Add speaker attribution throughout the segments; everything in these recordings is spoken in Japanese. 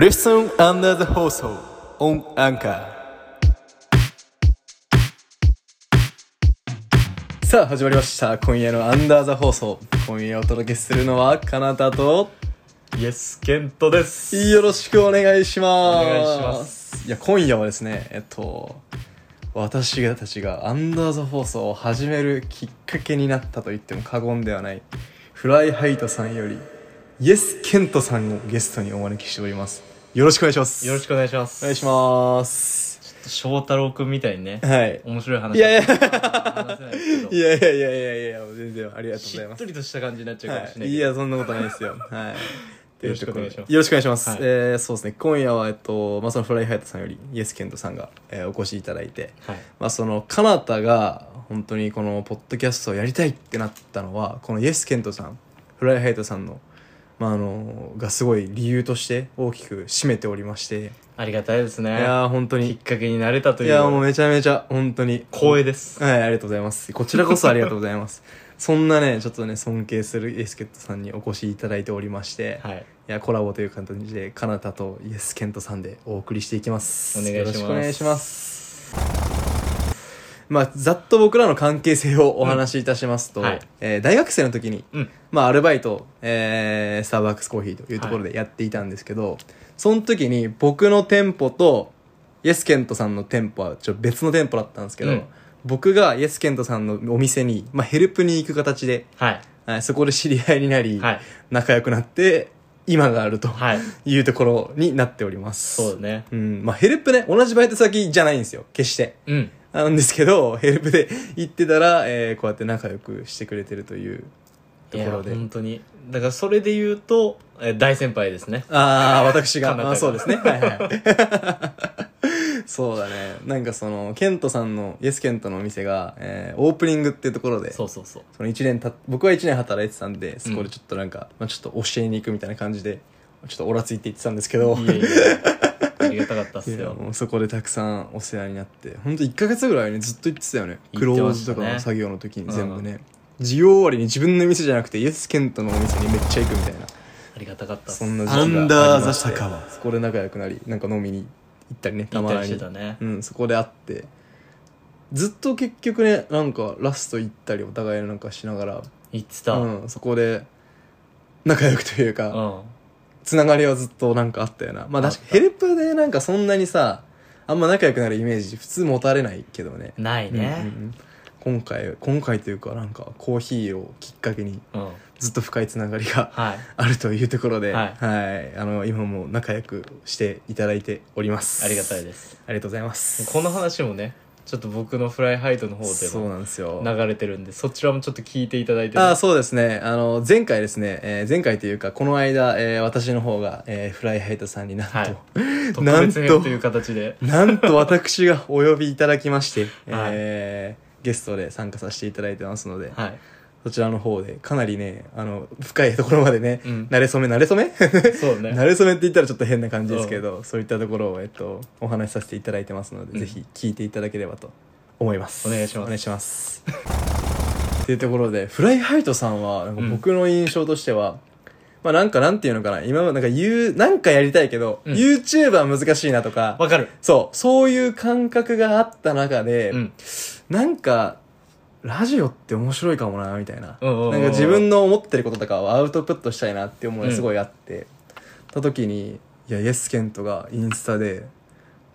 Speaker 1: Listen under the 放送 on anchor さあ始まりました今夜のアンダーザ放送今夜お届けするのはかなたと
Speaker 2: イエスケントです
Speaker 1: よろしくお願いします
Speaker 2: お願いします
Speaker 1: いや今夜はですねえっと私たちがアンダーザ放送を始めるきっかけになったと言っても過言ではないフライハイトさんよりイエスケントさんをゲストにお招きしておりますよろしくお願いします
Speaker 2: よろしくお願いします
Speaker 1: お願いします。
Speaker 2: す翔太郎くんみたいにね
Speaker 1: はい。
Speaker 2: 面白い話
Speaker 1: いやいや
Speaker 2: 話せないです
Speaker 1: い
Speaker 2: けど
Speaker 1: やいやいやいやいや、もう全然ありがとうご
Speaker 2: し
Speaker 1: ざいま
Speaker 2: っ
Speaker 1: す
Speaker 2: と。りとした感じになっちゃうかも
Speaker 1: は、
Speaker 2: しれないい
Speaker 1: い
Speaker 2: けど
Speaker 1: や、そんなことないですよ。はい。
Speaker 2: よろしくお願いします
Speaker 1: よろしくお願いします。
Speaker 2: はい
Speaker 1: えーそうですね、今夜は、えっと、まあ、そのフライハイトさんより、イエスケントさんが、えーお越しいただいて、
Speaker 2: はい
Speaker 1: まあ、その、かなたが、本当にこの、ポッドキャストをやりたいってなったのは、このイエスケントさん、フライハイトさんの、まあ、あの、がすごい理由として大きく占めておりまして、
Speaker 2: ありがたいです
Speaker 1: い
Speaker 2: ね
Speaker 1: やー、本当
Speaker 2: きっ
Speaker 1: に、
Speaker 2: かけになれたと
Speaker 1: い
Speaker 2: いう
Speaker 1: やー、もうめちゃめちゃ、本当に、
Speaker 2: 光栄です
Speaker 1: はい、ありがとうございます。こちらこそありがとうございます。 そんなね、ちょっとね、尊敬するイエスケントさんにお越しいただいておりまして、い、
Speaker 2: はい
Speaker 1: や、コラボという感じで、かなたとイエスケントさんでお送りしていきます。
Speaker 2: お願
Speaker 1: よ
Speaker 2: いしま
Speaker 1: ろ
Speaker 2: す
Speaker 1: しくお願いします。まあ、ざっと僕らの関係性をお話しいたしますと、
Speaker 2: うんはい
Speaker 1: えー大学生の時に、
Speaker 2: うん
Speaker 1: まあ、アルバイト、えースターバックスコーヒーというところでやっていたんですけど、その時に僕の店舗とイエスケントさんの店舗はちょっと別の店舗だったんですけど、
Speaker 2: うん
Speaker 1: 僕がイエスケントさんのお店に、まあ、ヘルプに行く形で、
Speaker 2: はい
Speaker 1: はいそこで知り合いになり、
Speaker 2: はい
Speaker 1: 仲良くなって今があると
Speaker 2: はい
Speaker 1: いうところになっております。
Speaker 2: そうだね
Speaker 1: うん、まあヘルプね、同じバイト先じゃないんですよ、決して。
Speaker 2: うん
Speaker 1: なんですけど、ヘルプで行ってたら、えーこうやって仲良くしてくれてるという
Speaker 2: い
Speaker 1: とこ
Speaker 2: や
Speaker 1: ろで。
Speaker 2: 本当にだからそれで言うとえー大先輩ですね
Speaker 1: ああ、私が。
Speaker 2: 彼方が
Speaker 1: あそうですね。はいはい。そうだね。なんかその、ケントさんの、イエスケントのお店が、えーオープニングっていうところで、
Speaker 2: そうそうそう
Speaker 1: その一年た、僕は1年働いてたんで、そこでちょっとなんか、まあちょっと教えに行くみたいな感じで、ちょっとオラついて行ってたんですけど、
Speaker 2: いやいやありがたかったっす
Speaker 1: いや
Speaker 2: よ
Speaker 1: もうそこでたくさんお世話になってほんと1か月ぐらいねずっと行ってたよね
Speaker 2: 行
Speaker 1: クロ
Speaker 2: って
Speaker 1: ー
Speaker 2: まし
Speaker 1: ズ
Speaker 2: た
Speaker 1: と
Speaker 2: ね
Speaker 1: かの作業の時に全部ね、授業終わりに自分の店じゃなくてイエスケントのお店にめっちゃ行くみたいな
Speaker 2: ありがたかったっす
Speaker 1: そんな
Speaker 2: あ
Speaker 1: 期
Speaker 2: ん
Speaker 1: がありまして
Speaker 3: アンダーザ坂は
Speaker 1: そこで仲良くなりなんか飲みに行ったりねた
Speaker 2: 行っ
Speaker 1: ま
Speaker 2: たり
Speaker 1: に
Speaker 2: してたね
Speaker 1: うん、そこで会ってずっと結局ねなんかラスト行ったりお互いなんかしなが
Speaker 2: 行ってた
Speaker 1: ら、
Speaker 2: う
Speaker 1: うんん、そこで仲良くというか、つながりはずっとなんかあったよなまあ確か
Speaker 2: あった
Speaker 1: ヘルプでなんかそんなにさあんま仲良くなるイメージ普通持たれないけどね
Speaker 2: ない
Speaker 1: うん
Speaker 2: ね
Speaker 1: うんうん、今回今回というかなんかコーヒーをきっかけに
Speaker 2: うん
Speaker 1: ずっと深いつながりが
Speaker 2: はい
Speaker 1: あるというところで、
Speaker 2: はい
Speaker 1: あの今も仲良くしていただいております
Speaker 2: ありがたいです
Speaker 1: ありがとうございます
Speaker 2: この話もねちょっと僕のフライハイトの方で
Speaker 1: そう
Speaker 2: も
Speaker 1: なんですよ
Speaker 2: 流れてるんでそちらもちょっと聞いていただいてね
Speaker 1: あーそうですね。あの、前回ですね、えー前回というか、この間、えー私の方が、えーフライハイトさんになんと、
Speaker 2: はい特
Speaker 1: なん
Speaker 2: 別編
Speaker 1: と
Speaker 2: という形で
Speaker 1: なんと私がお呼びいただきまして、
Speaker 2: はい
Speaker 1: えーゲストで参加させていただいてますので、
Speaker 2: はい
Speaker 1: そちらの方でかなりね、あの、深いところまでね、
Speaker 2: うん
Speaker 1: 慣れ初め慣れ初め
Speaker 2: そうね
Speaker 1: 慣れ初めって言ったらちょっと変な感じですけど、そういったところを、えっと、お話しさせていただいてますので、
Speaker 2: うん
Speaker 1: ぜひ聞いていただければと思います。
Speaker 2: お願いしま
Speaker 1: お
Speaker 2: す
Speaker 1: 願いします。 っていうところで、フライハイトさんは、なんか
Speaker 2: うん
Speaker 1: 僕の印象としては、まあなんかなんていうのかな、今はなんか言う、なんかやりたいけど、
Speaker 2: うん
Speaker 1: YouTuber は難しいなとか、
Speaker 2: わかる
Speaker 1: そう、そういう感覚があった中で、
Speaker 2: うん
Speaker 1: なんか、ラジオって面白いかもな、みたいな。
Speaker 2: うんうんうんうん
Speaker 1: なんか自分の思ってることとかをアウトプットしたいなって思いがすごいあって、た時に、いや、イエスケントがインスタで、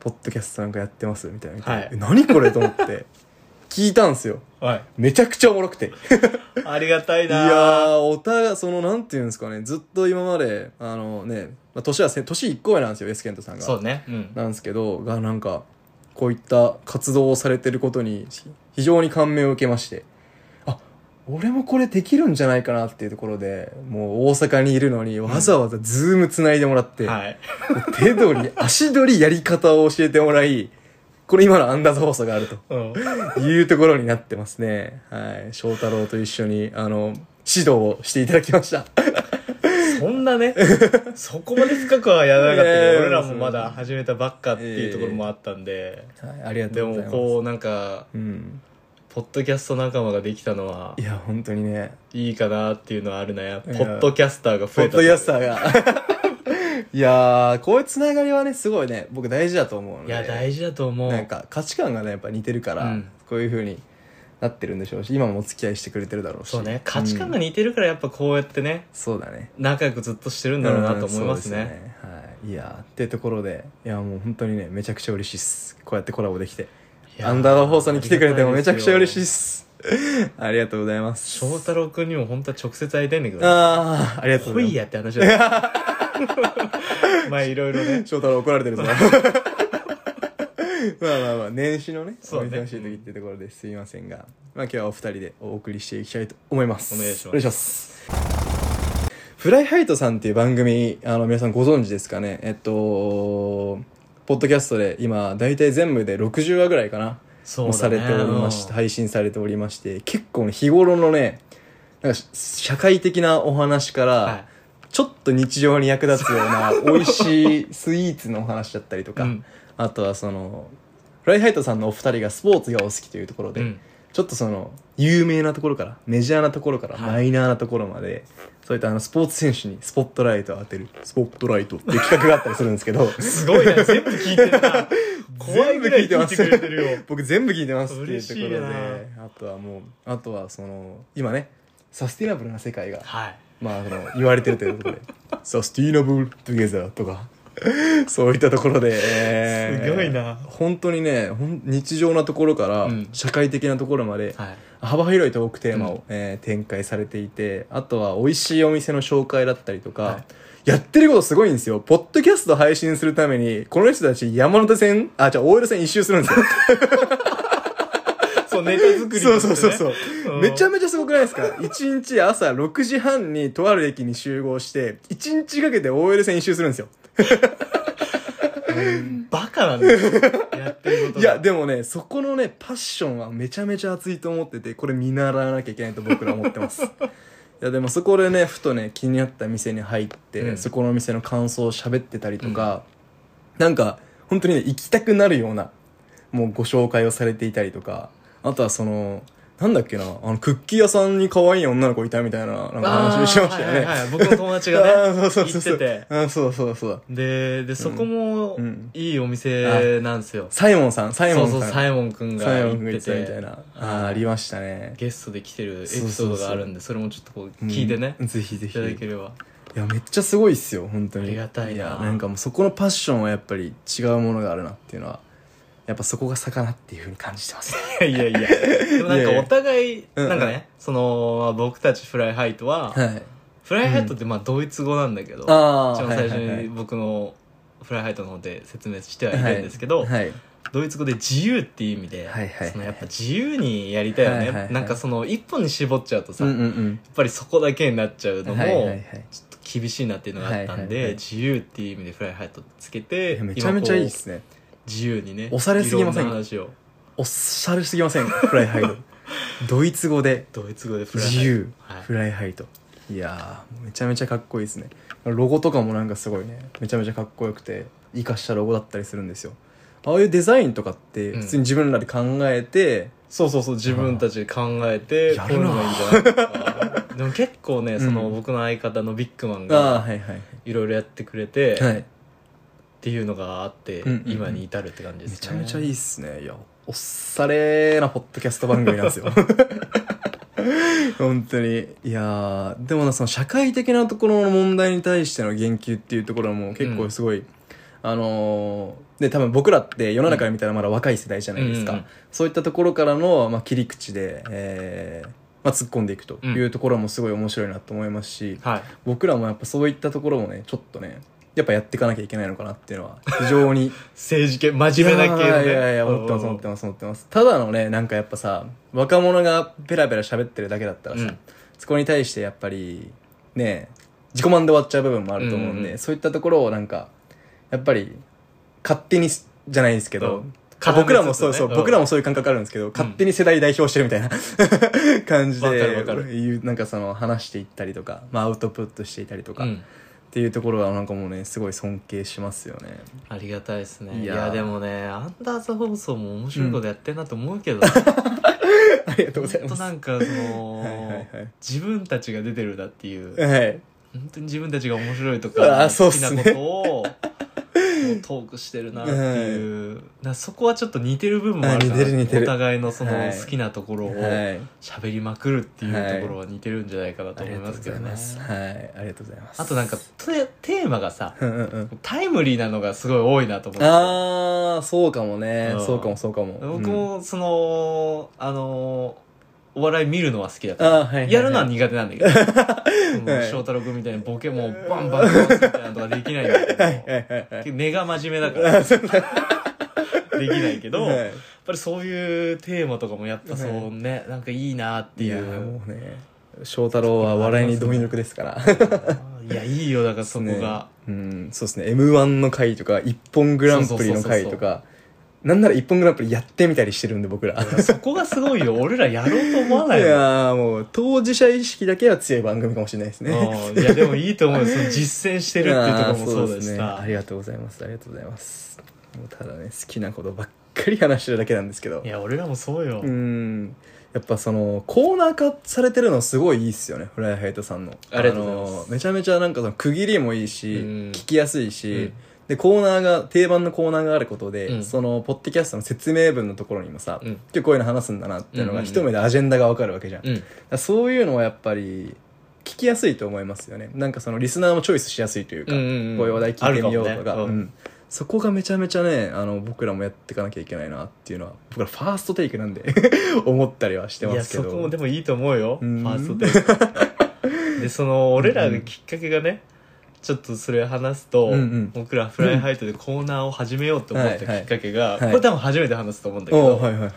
Speaker 1: ポッドキャストなんかやってますみたいな。
Speaker 2: はい
Speaker 1: え何これと思って、 聞いたんすよ。
Speaker 2: はい
Speaker 1: めちゃくちゃおもろくて。
Speaker 2: ありがたい
Speaker 1: い
Speaker 2: な
Speaker 1: やー、おたが、その、なんていうんですかね、ずっと今まで、あのね、まあ、年はせ、年1個上なんですよ、イエスケントさんが。
Speaker 2: そうねうん
Speaker 1: なんですけどがなんかこういった活動をされてることに非常に感銘を受けましてあ俺もこれできるんじゃないかなっていうところでもう大阪にいるのにわざわざズームつないでもらって、
Speaker 2: はい
Speaker 1: 手取 り足取りやり方を教えてもらいこれ今のアンダーズ放送がある
Speaker 2: うん
Speaker 1: というところになってますねはい翔太郎と一緒にあの指導をしていただきました
Speaker 2: そんなね そこまで深くはやらなかった
Speaker 1: いやい
Speaker 2: け
Speaker 1: や
Speaker 2: ど俺らもまだ始めたばっかっていうところもあったんで
Speaker 1: はいありが
Speaker 2: で
Speaker 1: とうご
Speaker 2: も
Speaker 1: ざいます
Speaker 2: こうなんか
Speaker 1: うん、
Speaker 2: ポッドキャスト仲間ができたのはい
Speaker 1: や本当にね
Speaker 2: いいかなっていうのはあるねポ
Speaker 1: や
Speaker 2: ッドキャスターが
Speaker 1: ポ
Speaker 2: 増え
Speaker 1: ッ
Speaker 2: た
Speaker 1: ドキャスターが いやーこういうつながりはねすごいね僕大事だと思うの
Speaker 2: い
Speaker 1: で
Speaker 2: や大事だと思う
Speaker 1: なんか価値観がねやっぱ似てるから、
Speaker 2: うん
Speaker 1: こういう風になってるんでしょうし今もお付き合いしてくれてるだろうし
Speaker 2: そうね価値観が
Speaker 1: うん
Speaker 2: 似てるからやっぱこうやってね
Speaker 1: そうだね
Speaker 2: 仲良くずっとしてるんだろうなと思います
Speaker 1: うんそう
Speaker 2: ね
Speaker 1: ではい、いやーってところでいやもう本当にねめちゃくちゃ嬉しいっすこうやってコラボできて
Speaker 2: いや
Speaker 1: アンダーの放送に来てくれてもめちゃくちゃ嬉しい
Speaker 2: あ
Speaker 1: っす ありがとうございます
Speaker 2: りがたいですよ翔太郎君にも本当は直接会いたいんだけど
Speaker 1: ああありがとうござ
Speaker 2: ほ
Speaker 1: い
Speaker 2: い
Speaker 1: ま
Speaker 2: やって 話だまあいろいろね
Speaker 1: す翔太郎怒られてるぞ まあまあまあ年始のね
Speaker 2: そうね
Speaker 1: お忙しい時ってところですいませんが、まあ、今日はお二人でお送りしていきたいと思います
Speaker 2: お願いします
Speaker 1: お願いしますフライハイトさんっていう番組あの皆さんご存知ですかねえっとポッドキャストで今大体全部で60話ぐらいかな
Speaker 2: そ
Speaker 1: もされておりまして、配信されておりまして結構ね日頃のねなんか社会的なお話から、
Speaker 2: うんはい
Speaker 1: ちょっと日常に役立つよう な美味しいスイーツのお話だったりとか、
Speaker 2: うん
Speaker 1: あとはそのフライハイトさんのお二人がスポーツがお好きというところで、
Speaker 2: うん
Speaker 1: ちょっとその有名なところからメジャーなところから
Speaker 2: はい
Speaker 1: マイナーなところまで、そういったあのスポーツ選手にスポットライトを当てるスポットライトっていう企画があったりするんですけど
Speaker 2: すごいな全部聞いて るな怖いぐらい聞いてくれてるよ
Speaker 1: 僕全部聞いてますっていうところで
Speaker 2: 嬉し
Speaker 1: あとはもうあとはその今ねサスティナブルな世界が
Speaker 2: はい
Speaker 1: まあ、その言われてるという ことで「サスティナブル・トゥゲザー」とかそういったところで、えー
Speaker 2: すごいな
Speaker 1: 本当にねほん日常なところから
Speaker 2: うん
Speaker 1: 社会的なところまで、
Speaker 2: はい
Speaker 1: 幅広いトークテーマを、
Speaker 2: うん
Speaker 1: えー展開されていてあとは美味しいお店の紹介だったりとか、
Speaker 2: はい
Speaker 1: やってることすごいんですよポッドキャスト配信するためにこの人たち山手線あじゃあ大江戸線一周するんですよ
Speaker 2: そう ネタ作りとして
Speaker 1: そうそ
Speaker 2: ね
Speaker 1: うそうそう、
Speaker 2: うん
Speaker 1: めちゃめちゃすごくないですか一日朝6時半にとある駅に集合して一日かけて OL 線一周するんですよ
Speaker 2: バカなんだよ やってること
Speaker 1: い
Speaker 2: い
Speaker 1: やでもねそこのねパッションはめちゃめちゃ熱いと思っててこれ見習わなきゃいけないと僕ら思って ますいやでもそこでねふとね気になった店に入って、
Speaker 2: うん
Speaker 1: そこのお店の感想を喋ってたりとか、なんか本当にね行きたくなるようなもうご紹介をされていたりとかあとはそのなんだっけなあのクッキー屋さんに可愛い女の子いたみたいななんか話をしてましたよね、
Speaker 2: あーはいはいはい僕の友達が
Speaker 1: あ
Speaker 2: ね
Speaker 1: ーそうそうそうそう
Speaker 2: 行ってて
Speaker 1: あーそうそうそう
Speaker 2: ででそこも
Speaker 1: うん
Speaker 2: いいお店なんですよ
Speaker 1: サイモンさんサイモ
Speaker 2: そう
Speaker 1: ンさん
Speaker 2: そうサイモン君が
Speaker 1: サイモ
Speaker 2: 行
Speaker 1: ンが
Speaker 2: っ
Speaker 1: 言っ
Speaker 2: て
Speaker 1: てたみたい
Speaker 2: て
Speaker 1: なあーありましたね
Speaker 2: ゲストで来てるエピソードがあるんでそれもちょっとこう
Speaker 1: うん
Speaker 2: 聞いてね
Speaker 1: ぜひぜ
Speaker 2: い
Speaker 1: ひ
Speaker 2: ただけ
Speaker 1: い
Speaker 2: れば
Speaker 1: やめっちゃすごいっすよ本当に
Speaker 2: ありがたいな
Speaker 1: やなんかもうそこのパッションはやっぱり違うものがあるなっていうのはやっぱそこが魚っていうふうに感じてますね
Speaker 2: いやいやでもなんかお互い
Speaker 1: うんうん
Speaker 2: なんかねそのまあ僕たちフライハイト は
Speaker 1: はい
Speaker 2: フライハイトってまあドイツ語なんだけど一
Speaker 1: ああ
Speaker 2: 番
Speaker 1: はい
Speaker 2: 最
Speaker 1: は
Speaker 2: 初
Speaker 1: いはい
Speaker 2: に僕のフライハイトの方で説明してはいるんですけど
Speaker 1: はい
Speaker 2: ドイツ語で自由っていう意味で、
Speaker 1: はいはい
Speaker 2: そのやっぱ自由にやりたいよね、
Speaker 1: はいはいはい
Speaker 2: なんかその一本に絞っちゃうとさ、
Speaker 1: うん
Speaker 2: やっ
Speaker 1: うん
Speaker 2: ぱりそこだけになっちゃう
Speaker 1: う
Speaker 2: の
Speaker 1: ん
Speaker 2: も、
Speaker 1: はいはいはい
Speaker 2: ちょっと厳しいなっていうのがあったんで、
Speaker 1: はいはいはい
Speaker 2: 自由っていう意味でフライハイトつけ
Speaker 1: い
Speaker 2: て
Speaker 1: やめちゃめちゃいいっ
Speaker 2: 今こ
Speaker 1: すね
Speaker 2: う自由にね
Speaker 1: 押されすぎません
Speaker 2: いろな話を
Speaker 1: おっしゃるすぎませんフライハイ ドドイツ語で
Speaker 2: ドイツ語でフライハイト
Speaker 1: 自由
Speaker 2: はい
Speaker 1: フライハイトいやーめちゃめちゃかっこいいですねロゴとかもなんかすごいねめちゃめちゃかっこよくて生かしたロゴだったりするんですよああいうデザインとかって
Speaker 2: うん
Speaker 1: 普通に自分らで考えて、
Speaker 2: そうそうそう自分たちで考えて
Speaker 1: や
Speaker 2: こうい
Speaker 1: る
Speaker 2: う
Speaker 1: な
Speaker 2: のがいいんじゃないとかでも結構ねその、
Speaker 1: うん
Speaker 2: 僕の相方のビッグマン
Speaker 1: ああ
Speaker 2: が
Speaker 1: はいはい
Speaker 2: いろいろやってくれて、
Speaker 1: は
Speaker 2: っ
Speaker 1: い
Speaker 2: ていうのがあって、
Speaker 1: うんうんうん
Speaker 2: 今に至るって感じで
Speaker 1: め
Speaker 2: す
Speaker 1: ち
Speaker 2: ね
Speaker 1: ゃめちゃい
Speaker 2: い
Speaker 1: いっすねいやおっされーなポッドキャスト番組なんです よ本当にいやーでもなその社会的なところの問題に対しての言及っていうところも結構すごい、あのーで多分僕らって世の中で見たらまだ若い世代じゃないですか、
Speaker 2: うんうんうん
Speaker 1: そういったところからの、まあ、切り口で、えーまあ、突っ込んでいくというところもすごい面白いなと思いますし、
Speaker 2: はい
Speaker 1: 僕らもやっぱそういったところもねちょっとねやっぱやっていかなきゃいけないのかなっていうのは非常に
Speaker 2: 政治系真面目な系のね
Speaker 1: いやいやいや思ってます思ってます思ってますただのねなんかやっぱさ若者がペラペラ喋ってるだけだったらさ、
Speaker 2: うん
Speaker 1: そこに対してやっぱりね自己満で終わっちゃう部分もあると思うんで、
Speaker 2: うんうんうん
Speaker 1: そういったところをなんかやっぱり勝手にすじゃないですけど、
Speaker 2: うん
Speaker 1: 僕らもそうそう、僕ら
Speaker 2: も
Speaker 1: もそういう感覚あるんですけど、勝手に世代代表してるみたいな 感じで
Speaker 2: わかるわかる
Speaker 1: いうなんかその話していったりとか、まあ、アウトプットしていたりとか、っていうところはなんかもうねすごい尊敬しますよね。
Speaker 2: ありがたいですね
Speaker 1: い
Speaker 2: い
Speaker 1: や
Speaker 2: や
Speaker 1: ー
Speaker 2: でもねアンダーザ放送も面白いことやってんなと思う けど、ね
Speaker 1: ありがとうござい
Speaker 2: ほん
Speaker 1: ま
Speaker 2: と
Speaker 1: す。
Speaker 2: なんかその
Speaker 1: はいはいはい
Speaker 2: 自分たちが出てるだっていう
Speaker 1: はい。
Speaker 2: 本当に自分たちが面白いと
Speaker 1: あ
Speaker 2: か
Speaker 1: ーそうっ
Speaker 2: 好き
Speaker 1: す
Speaker 2: な
Speaker 1: ね
Speaker 2: ことをもうトークしてるなっていう、だからそこはちょっと似てる部分もあるか
Speaker 1: あ似てる
Speaker 2: な
Speaker 1: 似てる
Speaker 2: お互いのその
Speaker 1: はい
Speaker 2: 好きなところを
Speaker 1: はい
Speaker 2: 喋りまくるっていうところは似てるんじゃないかなと
Speaker 1: あり
Speaker 2: 思
Speaker 1: がとう
Speaker 2: いま
Speaker 1: ご
Speaker 2: すけ
Speaker 1: ざ
Speaker 2: ど
Speaker 1: い
Speaker 2: ね、
Speaker 1: ますはいありがとうございます
Speaker 2: あとなんかテテーマがさ
Speaker 1: うんうんうん
Speaker 2: タイムリーなのがすごい多いなと思っ て
Speaker 1: ああそうかもね、
Speaker 2: うん
Speaker 1: そうかもそうかも
Speaker 2: 僕、もその、あのお笑い見るのは好きだか
Speaker 1: あー
Speaker 2: ら、
Speaker 1: はいはいはい
Speaker 2: やるのは苦手なんだけど、その
Speaker 1: はい
Speaker 2: 翔太郎君みたいにボケもバンバンバンみたいなのとかできないんだけど、
Speaker 1: うんはいはいはい
Speaker 2: 結構根が真面目だから。できないけど、
Speaker 1: はい
Speaker 2: やっぱりそういうテーマとかもやっぱそうね、なんかいいなって
Speaker 1: い
Speaker 2: い
Speaker 1: や
Speaker 2: う
Speaker 1: もうね翔太郎は笑いにドミノクですから
Speaker 2: いやいいよだからそこ
Speaker 1: ね
Speaker 2: が、
Speaker 1: うんそうですね m 1の回とか「一本グランプリ」の回と
Speaker 2: そうそうそう
Speaker 1: かなんなら「一本グランプリ」やってみたりしてるんで僕ら
Speaker 2: そこがすごいよ俺らやろうと思わ
Speaker 1: い
Speaker 2: ないよ
Speaker 1: やーもう当事者意識だけは強い番組かもしれないですね
Speaker 2: うんいやでもいいと思うよその実践してるっていうところも
Speaker 1: や
Speaker 2: そ
Speaker 1: ー
Speaker 2: うだし
Speaker 1: ね
Speaker 2: さ
Speaker 1: ありがとうございますありがとうございますもうただね好きなことばっかり話してるだけなんですけど
Speaker 2: いや俺らもそうよ、
Speaker 1: うんやっぱそのコーナー化されてるのすごいいいっすよねフライハイトさんの
Speaker 2: ありがとうございます
Speaker 1: あのめちゃめちゃなんかその区切りもいいし、
Speaker 2: うん
Speaker 1: 聞きやすいし、
Speaker 2: うん
Speaker 1: でコーナーが定番のコーナーがあることで、
Speaker 2: うん
Speaker 1: そのポッドキャストの説明文のところにもさ、
Speaker 2: うん
Speaker 1: 今日こういうの話すんだなっていうの
Speaker 2: うんうん
Speaker 1: が
Speaker 2: うん
Speaker 1: 一目でアジェンダがわかるわけじゃん、だか
Speaker 2: うん
Speaker 1: らそういうのはやっぱり聞きやすいと思いますよねなんかそのリスナーもチョイスしやすいというか、
Speaker 2: うんうんうん
Speaker 1: こういう話題聞いてみよう
Speaker 2: あ
Speaker 1: と
Speaker 2: る
Speaker 1: か
Speaker 2: かもねうん
Speaker 1: うんそこがめちゃめちゃねあの僕らもやっていかなきゃいけないなっていうのは僕らファーストテイクなんで 思ったりはしてますけど
Speaker 2: いやそこもでもいいと思うよ
Speaker 1: う
Speaker 2: フ
Speaker 1: ん
Speaker 2: ァーストテイクでその俺らのきっかけがねちょっとそれを話すと、
Speaker 1: うんうん
Speaker 2: 僕らフライハイトでコーナーを始めようと思ったきっかけが、
Speaker 1: はいはい
Speaker 2: これ多分初めて話すと思うんだけ
Speaker 1: お
Speaker 2: ど、
Speaker 1: うはいはいはい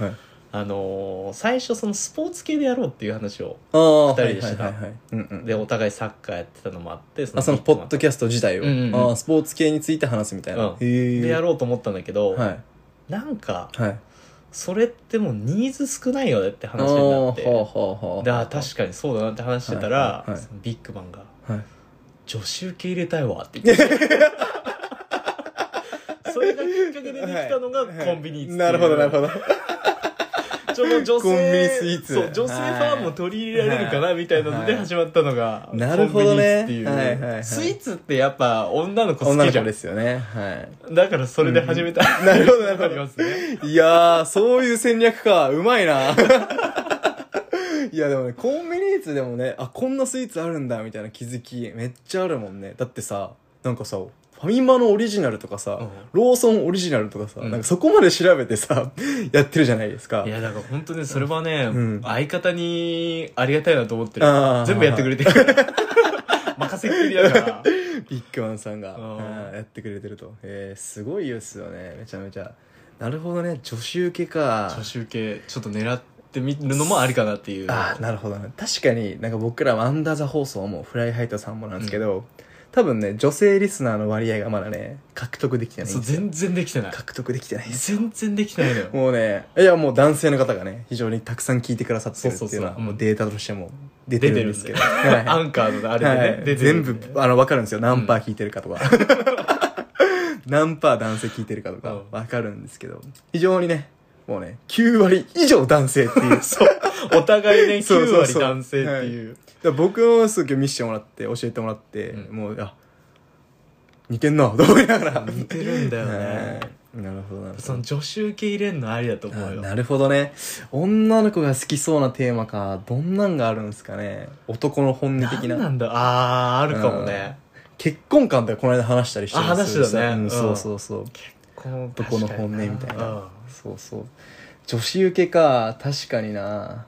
Speaker 2: あのー最初そのスポーツ系でやろうっていう話を
Speaker 1: ああ
Speaker 2: 二人でした
Speaker 1: はいはいはい、うんうん、
Speaker 2: でお互いサッカーやってたのもあってそ
Speaker 1: あそのポッドキャスト自体を、
Speaker 2: うんうんうん
Speaker 1: ああスポーツ系について話すみたいな、
Speaker 2: うん
Speaker 1: へえ
Speaker 2: でやろうと思ったんだけど、
Speaker 1: はい
Speaker 2: なんか
Speaker 1: はい
Speaker 2: それってもうニーズ少ないよねって話
Speaker 1: あ
Speaker 2: になっ
Speaker 1: ーは
Speaker 2: て
Speaker 1: あはあはあ
Speaker 2: であ確かにそうだなって話してた
Speaker 1: は
Speaker 2: ら、
Speaker 1: いはいはい
Speaker 2: そのビッグマンが
Speaker 1: はい
Speaker 2: 女子受け入れたいわって言って それがきっかけでできたのがコンビニーツっていう
Speaker 1: なるほどなるほど
Speaker 2: ちょうど女性
Speaker 1: コンビニスイーツ
Speaker 2: そう女性ファンも取り入れられるかなみたいなので
Speaker 1: はい
Speaker 2: 始まったのが、
Speaker 1: なるほどね
Speaker 2: コンビニス
Speaker 1: はい
Speaker 2: っていう、
Speaker 1: はいはい
Speaker 2: スイーツってやっぱ女の子好
Speaker 1: 女の
Speaker 2: きじゃ
Speaker 1: 子で
Speaker 2: ん
Speaker 1: すよねはい
Speaker 2: だからそれで始めた、
Speaker 1: んなるほどなる ほど
Speaker 2: ありますね
Speaker 1: いやー、そういう戦略か。うまいな。いや、でもね、コンビニーツでもね、あ、こんなスイーツあるんだ、みたいな気づき、めっちゃあるもんね。だってさ、なんかさ、ファミマのオリジナルとかさ、
Speaker 2: うん
Speaker 1: ローソンオリジナルとかさ、
Speaker 2: うん
Speaker 1: なんかそこまで調べてさ、 やってるじゃないですか
Speaker 2: い。やだから本当ねそれはね、
Speaker 1: うん
Speaker 2: 相方にありがたいなと思ってる
Speaker 1: あー
Speaker 2: 全部やってくれてる任せっきりだから
Speaker 1: ビッグマンさんが
Speaker 2: うん
Speaker 1: うんやってくれてると。えー、すごいですよね、めちゃめちゃ。なるほどね、女子受けか。
Speaker 2: 女子受けちょっと狙ってみるのもありかなっていう
Speaker 1: ああなるほどね確かになんか僕らはアンダーザ放送もフライハイトさんもなんですけど、多分ね女性リスナーの割合がまだね獲得できてないん
Speaker 2: そう
Speaker 1: ですよ
Speaker 2: 全然できてない
Speaker 1: 獲得できてないんですよ
Speaker 2: 全然できてないのよ
Speaker 1: もうねいやもう男性の方がね非常にたくさん聞いてくださってるって
Speaker 2: そう
Speaker 1: い
Speaker 2: そうう
Speaker 1: の
Speaker 2: そう
Speaker 1: は
Speaker 2: うん
Speaker 1: もうデータとしても出てるんですけど、はい
Speaker 2: アンカー のあれでね、
Speaker 1: はい
Speaker 2: 出てる
Speaker 1: 全
Speaker 2: んで
Speaker 1: 部あの分かるんですよ何パー聞いてるかとか、 何パー男性聞いてるかと
Speaker 2: う
Speaker 1: か
Speaker 2: ん
Speaker 1: 分かるんですけど非常にねもうね9割以上男性っていう
Speaker 2: お互いね
Speaker 1: そう
Speaker 2: 9
Speaker 1: そう
Speaker 2: 割
Speaker 1: そう
Speaker 2: 男性っていう
Speaker 1: だから僕もすぐ見せてもらって教えてもらって、
Speaker 2: うん
Speaker 1: もうあ似てんなと思いながら
Speaker 2: 似てるんだよね、
Speaker 1: はいなるほどなる
Speaker 2: そ
Speaker 1: ほど
Speaker 2: の女子受け入れんのありだと思
Speaker 1: あ
Speaker 2: うよ
Speaker 1: なるほどね女の子が好きそうなテーマかどんなんがあるんですかね男の本音
Speaker 2: 何
Speaker 1: 的
Speaker 2: な
Speaker 1: なん
Speaker 2: だあーあるかもね、
Speaker 1: 結婚観とかこの間話したりして
Speaker 2: あ話してたね
Speaker 1: それさうん
Speaker 2: うん
Speaker 1: そうそうそう
Speaker 2: この
Speaker 1: 男の本音みたいな、
Speaker 2: うん
Speaker 1: そうそう女子受けか確かにな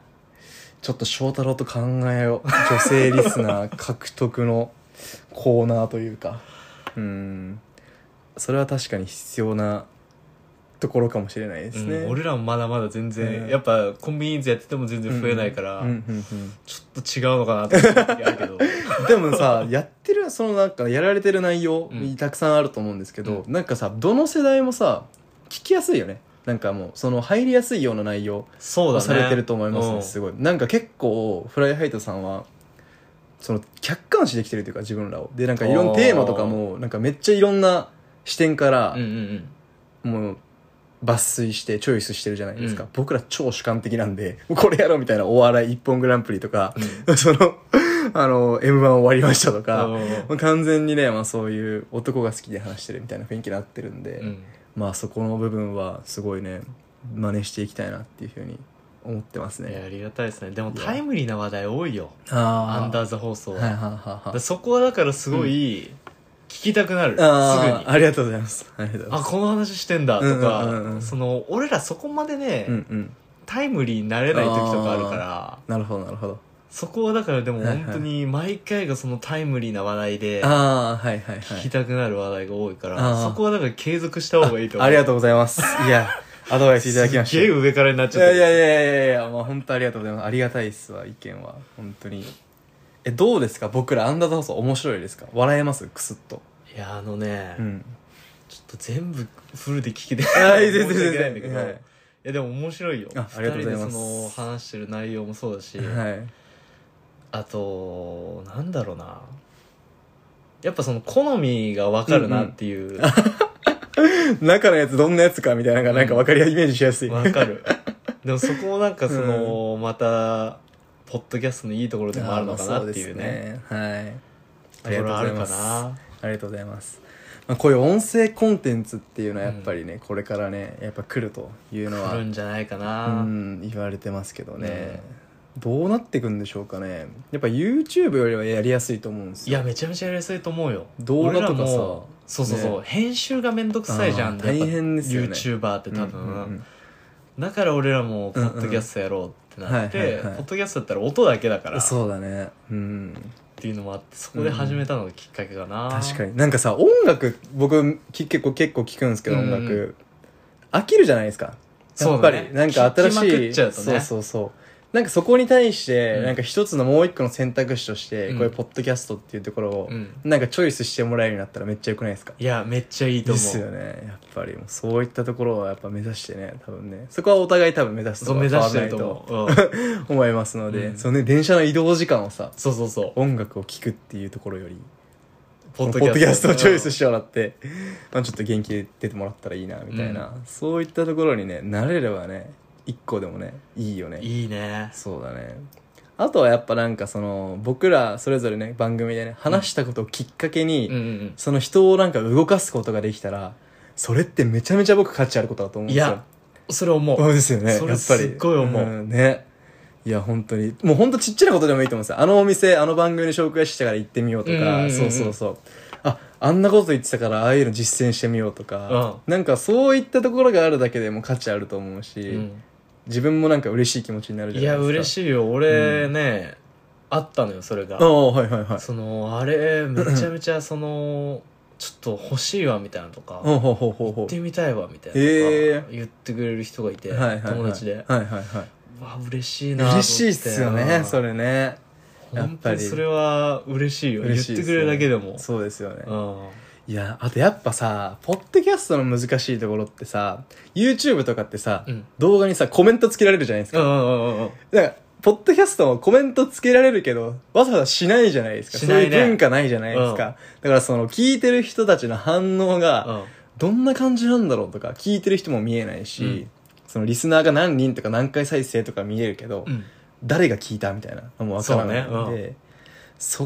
Speaker 1: ちょっと翔太郎と考えよう女性リスナ ー獲得のコーナーというかうんそれは確かに必要なところかもしれないですね、
Speaker 2: うん俺らもまだまだ全然、
Speaker 1: うん
Speaker 2: やっぱコンビニーズやってても全然増えないから、
Speaker 1: うんうんうん
Speaker 2: ちょっと違うのかなって思う時ある けど
Speaker 1: でもさやってるそのなんかやられてる内容
Speaker 2: うん
Speaker 1: たくさんあると思うんですけど、なんかさどの世代もさ聞きやすいよねなんかもうその入りやすいような内容
Speaker 2: そうだね
Speaker 1: されてると思いますね、
Speaker 2: うん
Speaker 1: すごいなんか結構フライハイトさんはその客観視できてるというか自分らをでなんかいろんな
Speaker 2: あー
Speaker 1: テーマとかもなんかめっちゃいろんな視点から
Speaker 2: うんうんうん
Speaker 1: もう抜粋してチョイスしてるじゃないですか、 僕ら超主観的なんでもうこれやろうみたいなお笑い一本グランプリとか、そのあの、M1 終わりましたと
Speaker 2: あ
Speaker 1: か、もう完全にね、まあそういう男が好きで話してるみたいな雰囲気になってるんで、
Speaker 2: うん
Speaker 1: まあそこの部分はすごいね、真似していきたいなっていうふうに思ってます
Speaker 2: いやあ
Speaker 1: ね。
Speaker 2: りがたいですねでも
Speaker 1: いや
Speaker 2: タイムリーな話題多いよ
Speaker 1: あ
Speaker 2: アンダ
Speaker 1: ー
Speaker 2: ーザ放送は、
Speaker 1: はいは
Speaker 2: だ
Speaker 1: い
Speaker 2: か
Speaker 1: はいは
Speaker 2: ら
Speaker 1: い。
Speaker 2: そこはだからすごい聞きたくなる、すぐ
Speaker 1: あ
Speaker 2: に
Speaker 1: ーありがとうございます。ありがとうござい
Speaker 2: あ
Speaker 1: ます。
Speaker 2: この話してんだとか、
Speaker 1: うんうんうんうん
Speaker 2: その俺らそこまでね、
Speaker 1: うんうん。
Speaker 2: タイムリーになれない時とかあるから
Speaker 1: なるほどなるほど。
Speaker 2: そこはだからでも
Speaker 1: はいはい
Speaker 2: 本当に毎回がそのタイムリーな話題で
Speaker 1: ああ、はいはいは
Speaker 2: 聞き
Speaker 1: い。
Speaker 2: たくなる話題が多いから、
Speaker 1: あー
Speaker 2: そこはだから継続した方がいいと思う
Speaker 1: ありが
Speaker 2: と
Speaker 1: とうございます。いや、アドバイスいただきました。
Speaker 2: すっげえ上からになっ
Speaker 1: い
Speaker 2: ちゃっ
Speaker 1: や
Speaker 2: て
Speaker 1: いやいやいやいや、まあ本当ありがとうございます。ありがたいっすわ、意見は。本当に。え、どうですか僕らアンダーザ放送面白いですか笑えますクスッと。
Speaker 2: いやあのね、
Speaker 1: うん。
Speaker 2: ちょっと全部フルで聞けて
Speaker 1: はい、
Speaker 2: 申し
Speaker 1: 全然
Speaker 2: 訳ない
Speaker 1: 全
Speaker 2: んだけ
Speaker 1: 然。
Speaker 2: ど、い、やでも面白いよ
Speaker 1: あありがとうございます
Speaker 2: 二人でその話してる内容もそうだし、
Speaker 1: はい。はい。
Speaker 2: あとなんだろうなやっぱその好みが分かるなっていう、
Speaker 1: 中のやつどんなやつかみたいなのがなんか分かりやイメージしやすい。
Speaker 2: わかるでもそこもなんかその、またポッドキャストのいいところでもあるのかなっていうね
Speaker 1: あー。まあそうですねはい。あり
Speaker 2: と
Speaker 1: がう
Speaker 2: ことろ
Speaker 1: ご
Speaker 2: あ
Speaker 1: ざい
Speaker 2: るか
Speaker 1: ます。
Speaker 2: な
Speaker 1: ありがとうございます。まあ、こういう音声コンテンツっていうのはやっぱりね、これからね、やっぱ来るというのは
Speaker 2: あるんじゃないかな、
Speaker 1: うん言われてますけどね、どうなっていくんでしょうかねやっぱ YouTube よりはやりやすいと思うんです
Speaker 2: い
Speaker 1: よ
Speaker 2: やめちゃめちゃやりやすいと思うよ
Speaker 1: 動画とかさ
Speaker 2: 俺らもそうそうそう、編集がめんどくさいじゃん
Speaker 1: あー大変ですよね
Speaker 2: やっぱ YouTuber って多分、
Speaker 1: うんうん
Speaker 2: だから俺らもポッドキャストやろうってなって、
Speaker 1: うんうんはいはいはい
Speaker 2: ポッドキャストだったら音だけだか
Speaker 1: う
Speaker 2: ら
Speaker 1: ん
Speaker 2: っ
Speaker 1: そうだねうん
Speaker 2: ていうのもあってそこで始めたのがきっかけかな、
Speaker 1: 確か
Speaker 2: に
Speaker 1: になんかさ音楽僕き結構結構聞くんですけど
Speaker 2: うん
Speaker 1: 音
Speaker 2: うん
Speaker 1: 楽、飽きるじゃないですかやっぱり、
Speaker 2: そうだね
Speaker 1: なんか新し
Speaker 2: 聞きまく
Speaker 1: い
Speaker 2: っちゃうとね
Speaker 1: そうそうそうなんかそこに対して、
Speaker 2: うん
Speaker 1: なんか一つのもう一個の選択肢として、
Speaker 2: うん
Speaker 1: こういうポッドキャストっていうところを、
Speaker 2: うん
Speaker 1: なんかチョイスしてもらえるようになったらめっちゃよくないですか
Speaker 2: いやめっちゃいいと
Speaker 1: で
Speaker 2: 思
Speaker 1: す
Speaker 2: う
Speaker 1: よねやっぱりもうそういったところをやっぱ目指してね多分ねそこはお互い多分目指す
Speaker 2: そ
Speaker 1: と
Speaker 2: う
Speaker 1: こ
Speaker 2: 目
Speaker 1: ろ
Speaker 2: 指
Speaker 1: は
Speaker 2: して
Speaker 1: 変わら
Speaker 2: る
Speaker 1: ないと
Speaker 2: と思う、うん、
Speaker 1: 思いますので、
Speaker 2: うん
Speaker 1: そのね電車の移動時間をさ
Speaker 2: そうそうそう
Speaker 1: 音楽を聴くっていうところより
Speaker 2: ポ
Speaker 1: ポッドキャストをチョイス
Speaker 2: し
Speaker 1: してもらって、まあ、ちょっと元気で出てもらったらいいなみたいな、そういったところにね慣れればね一個でもねいいよね
Speaker 2: いいね
Speaker 1: そうだねあとはやっぱなんかその僕らそれぞれね番組でね話したことをきっかけに、
Speaker 2: うんうん
Speaker 1: その人をなんか動かすことができたら、それってめちゃめちゃ僕価値あることだと思うん
Speaker 2: い
Speaker 1: ですよ。
Speaker 2: や、それ思
Speaker 1: そううですよね。やっ
Speaker 2: そ
Speaker 1: ぱ
Speaker 2: れ
Speaker 1: り。
Speaker 2: すっごい思うん
Speaker 1: ね。いや、本当に。もう本当ちっちゃなことでもいいと思うんですよ。あのお店、あの番組に紹介してたから行ってみようと
Speaker 2: うんうんうんう
Speaker 1: か、
Speaker 2: ん
Speaker 1: そうそうそう。あ、あんなこと言ってたから、ああいうの実践してみようとか、なんかそういったところがあるだけでも価値あると思うし、
Speaker 2: うん
Speaker 1: 自分もなんか嬉しい気持ちになるじ
Speaker 2: い
Speaker 1: ゃない
Speaker 2: や
Speaker 1: ですか。
Speaker 2: 嬉
Speaker 1: い。
Speaker 2: しいよ俺ね、あったのよそれが
Speaker 1: ああ、はいはいはい。
Speaker 2: そのあれめちゃめちゃそのちょっと欲しいわみたいなとか、
Speaker 1: う
Speaker 2: 行
Speaker 1: んほうほうほうほ
Speaker 2: っ
Speaker 1: う。
Speaker 2: てみたいわみたいなとか、
Speaker 1: へ
Speaker 2: 言ってくれる人がいて、
Speaker 1: はいはいはい。
Speaker 2: 友達で
Speaker 1: はいはいは
Speaker 2: うわ嬉しい
Speaker 1: い。
Speaker 2: なと思
Speaker 1: 嬉しいっすよね、それね。やっぱり
Speaker 2: 本当にそれは嬉しいよ
Speaker 1: 嬉しい
Speaker 2: 言
Speaker 1: で
Speaker 2: っ
Speaker 1: す
Speaker 2: てく
Speaker 1: ね
Speaker 2: れるだけでも
Speaker 1: そうですよね、
Speaker 2: うん
Speaker 1: いやあとやっぱさポッドキャストの難しいところってさ YouTube とかってさ、
Speaker 2: うん
Speaker 1: 動画にさコメントつけられるじゃないです
Speaker 2: う
Speaker 1: か、
Speaker 2: んうんうんうん
Speaker 1: だからポッドキャストもコメントつけられるけどわざわざしないじゃないですか
Speaker 2: しないね
Speaker 1: そういう文化ないじゃないですか、
Speaker 2: う
Speaker 1: だからその聞いてる人たちの反応がどんな感じなんだろうとか聞いてる人も見えないし、
Speaker 2: うん
Speaker 1: そのリスナーが何人とか何回再生とか見えるけど、
Speaker 2: うん
Speaker 1: 誰が聞いたみたいなのもわからないんで
Speaker 2: そ
Speaker 1: そ,、
Speaker 2: うね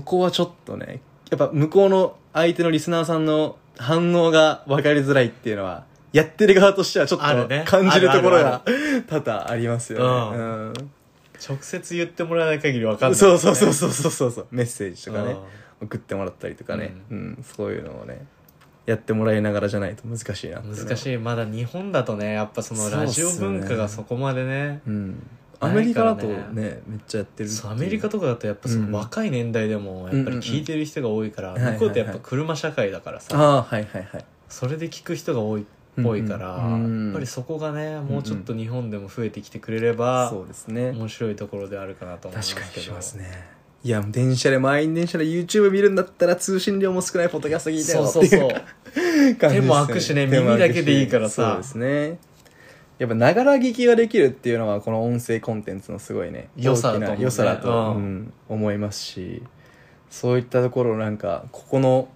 Speaker 1: こはちょっとねやっぱ向こうの相手のリスナーさんの反応が分かりづらいっていうのはやってる側としてはちょっと
Speaker 2: あるね
Speaker 1: 感じるところが
Speaker 2: あ
Speaker 1: 多々ありますよね、
Speaker 2: う
Speaker 1: うん
Speaker 2: 直接言ってもらわない限り分かんない、
Speaker 1: そうそうそうそうそうそうそうメッセージとかね
Speaker 2: うん
Speaker 1: 送ってもらったりとかね、うんそういうのをねやってもらいながらじゃないと難しいなっていうのは
Speaker 2: 難しいまだ日本だとねやっぱそのラジオ文化がそこまでね
Speaker 1: うん
Speaker 2: な
Speaker 1: ア
Speaker 2: いからね
Speaker 1: メリカだとねめっちゃやってるってい
Speaker 2: そうアメリカとかだとやっぱその若い年代でもやっぱり聞いてる人が多いか
Speaker 1: う
Speaker 2: ら、
Speaker 1: んうんうん
Speaker 2: 向こうってやっぱ車社会だからさ、
Speaker 1: ああはいはいはい
Speaker 2: それで聞く人が多いっぽいから、
Speaker 1: うんうん
Speaker 2: やっぱりそこがねもうちょっと日本でも増えてきてくれれば、
Speaker 1: そうですね
Speaker 2: 面白いところであるかなと思います
Speaker 1: 確か
Speaker 2: けど
Speaker 1: にしますねいや電車で満員電車で YouTube 見るんだったら通信量も少ないポッドキャスト聞いて
Speaker 2: そ
Speaker 1: よっ
Speaker 2: う
Speaker 1: て
Speaker 2: そう
Speaker 1: い
Speaker 2: そうう
Speaker 1: 感じですね
Speaker 2: 手も開くしね
Speaker 1: 手も開くし
Speaker 2: 耳だけでいいからさ
Speaker 1: そうですねやっぱながら聞きができるっていうのはこの音声コンテンツのすごいね
Speaker 2: 良さだ
Speaker 1: 大き
Speaker 2: と
Speaker 1: な
Speaker 2: 思うね
Speaker 1: 良さだと、
Speaker 2: うん
Speaker 1: うん思いますしそういったところなんかここの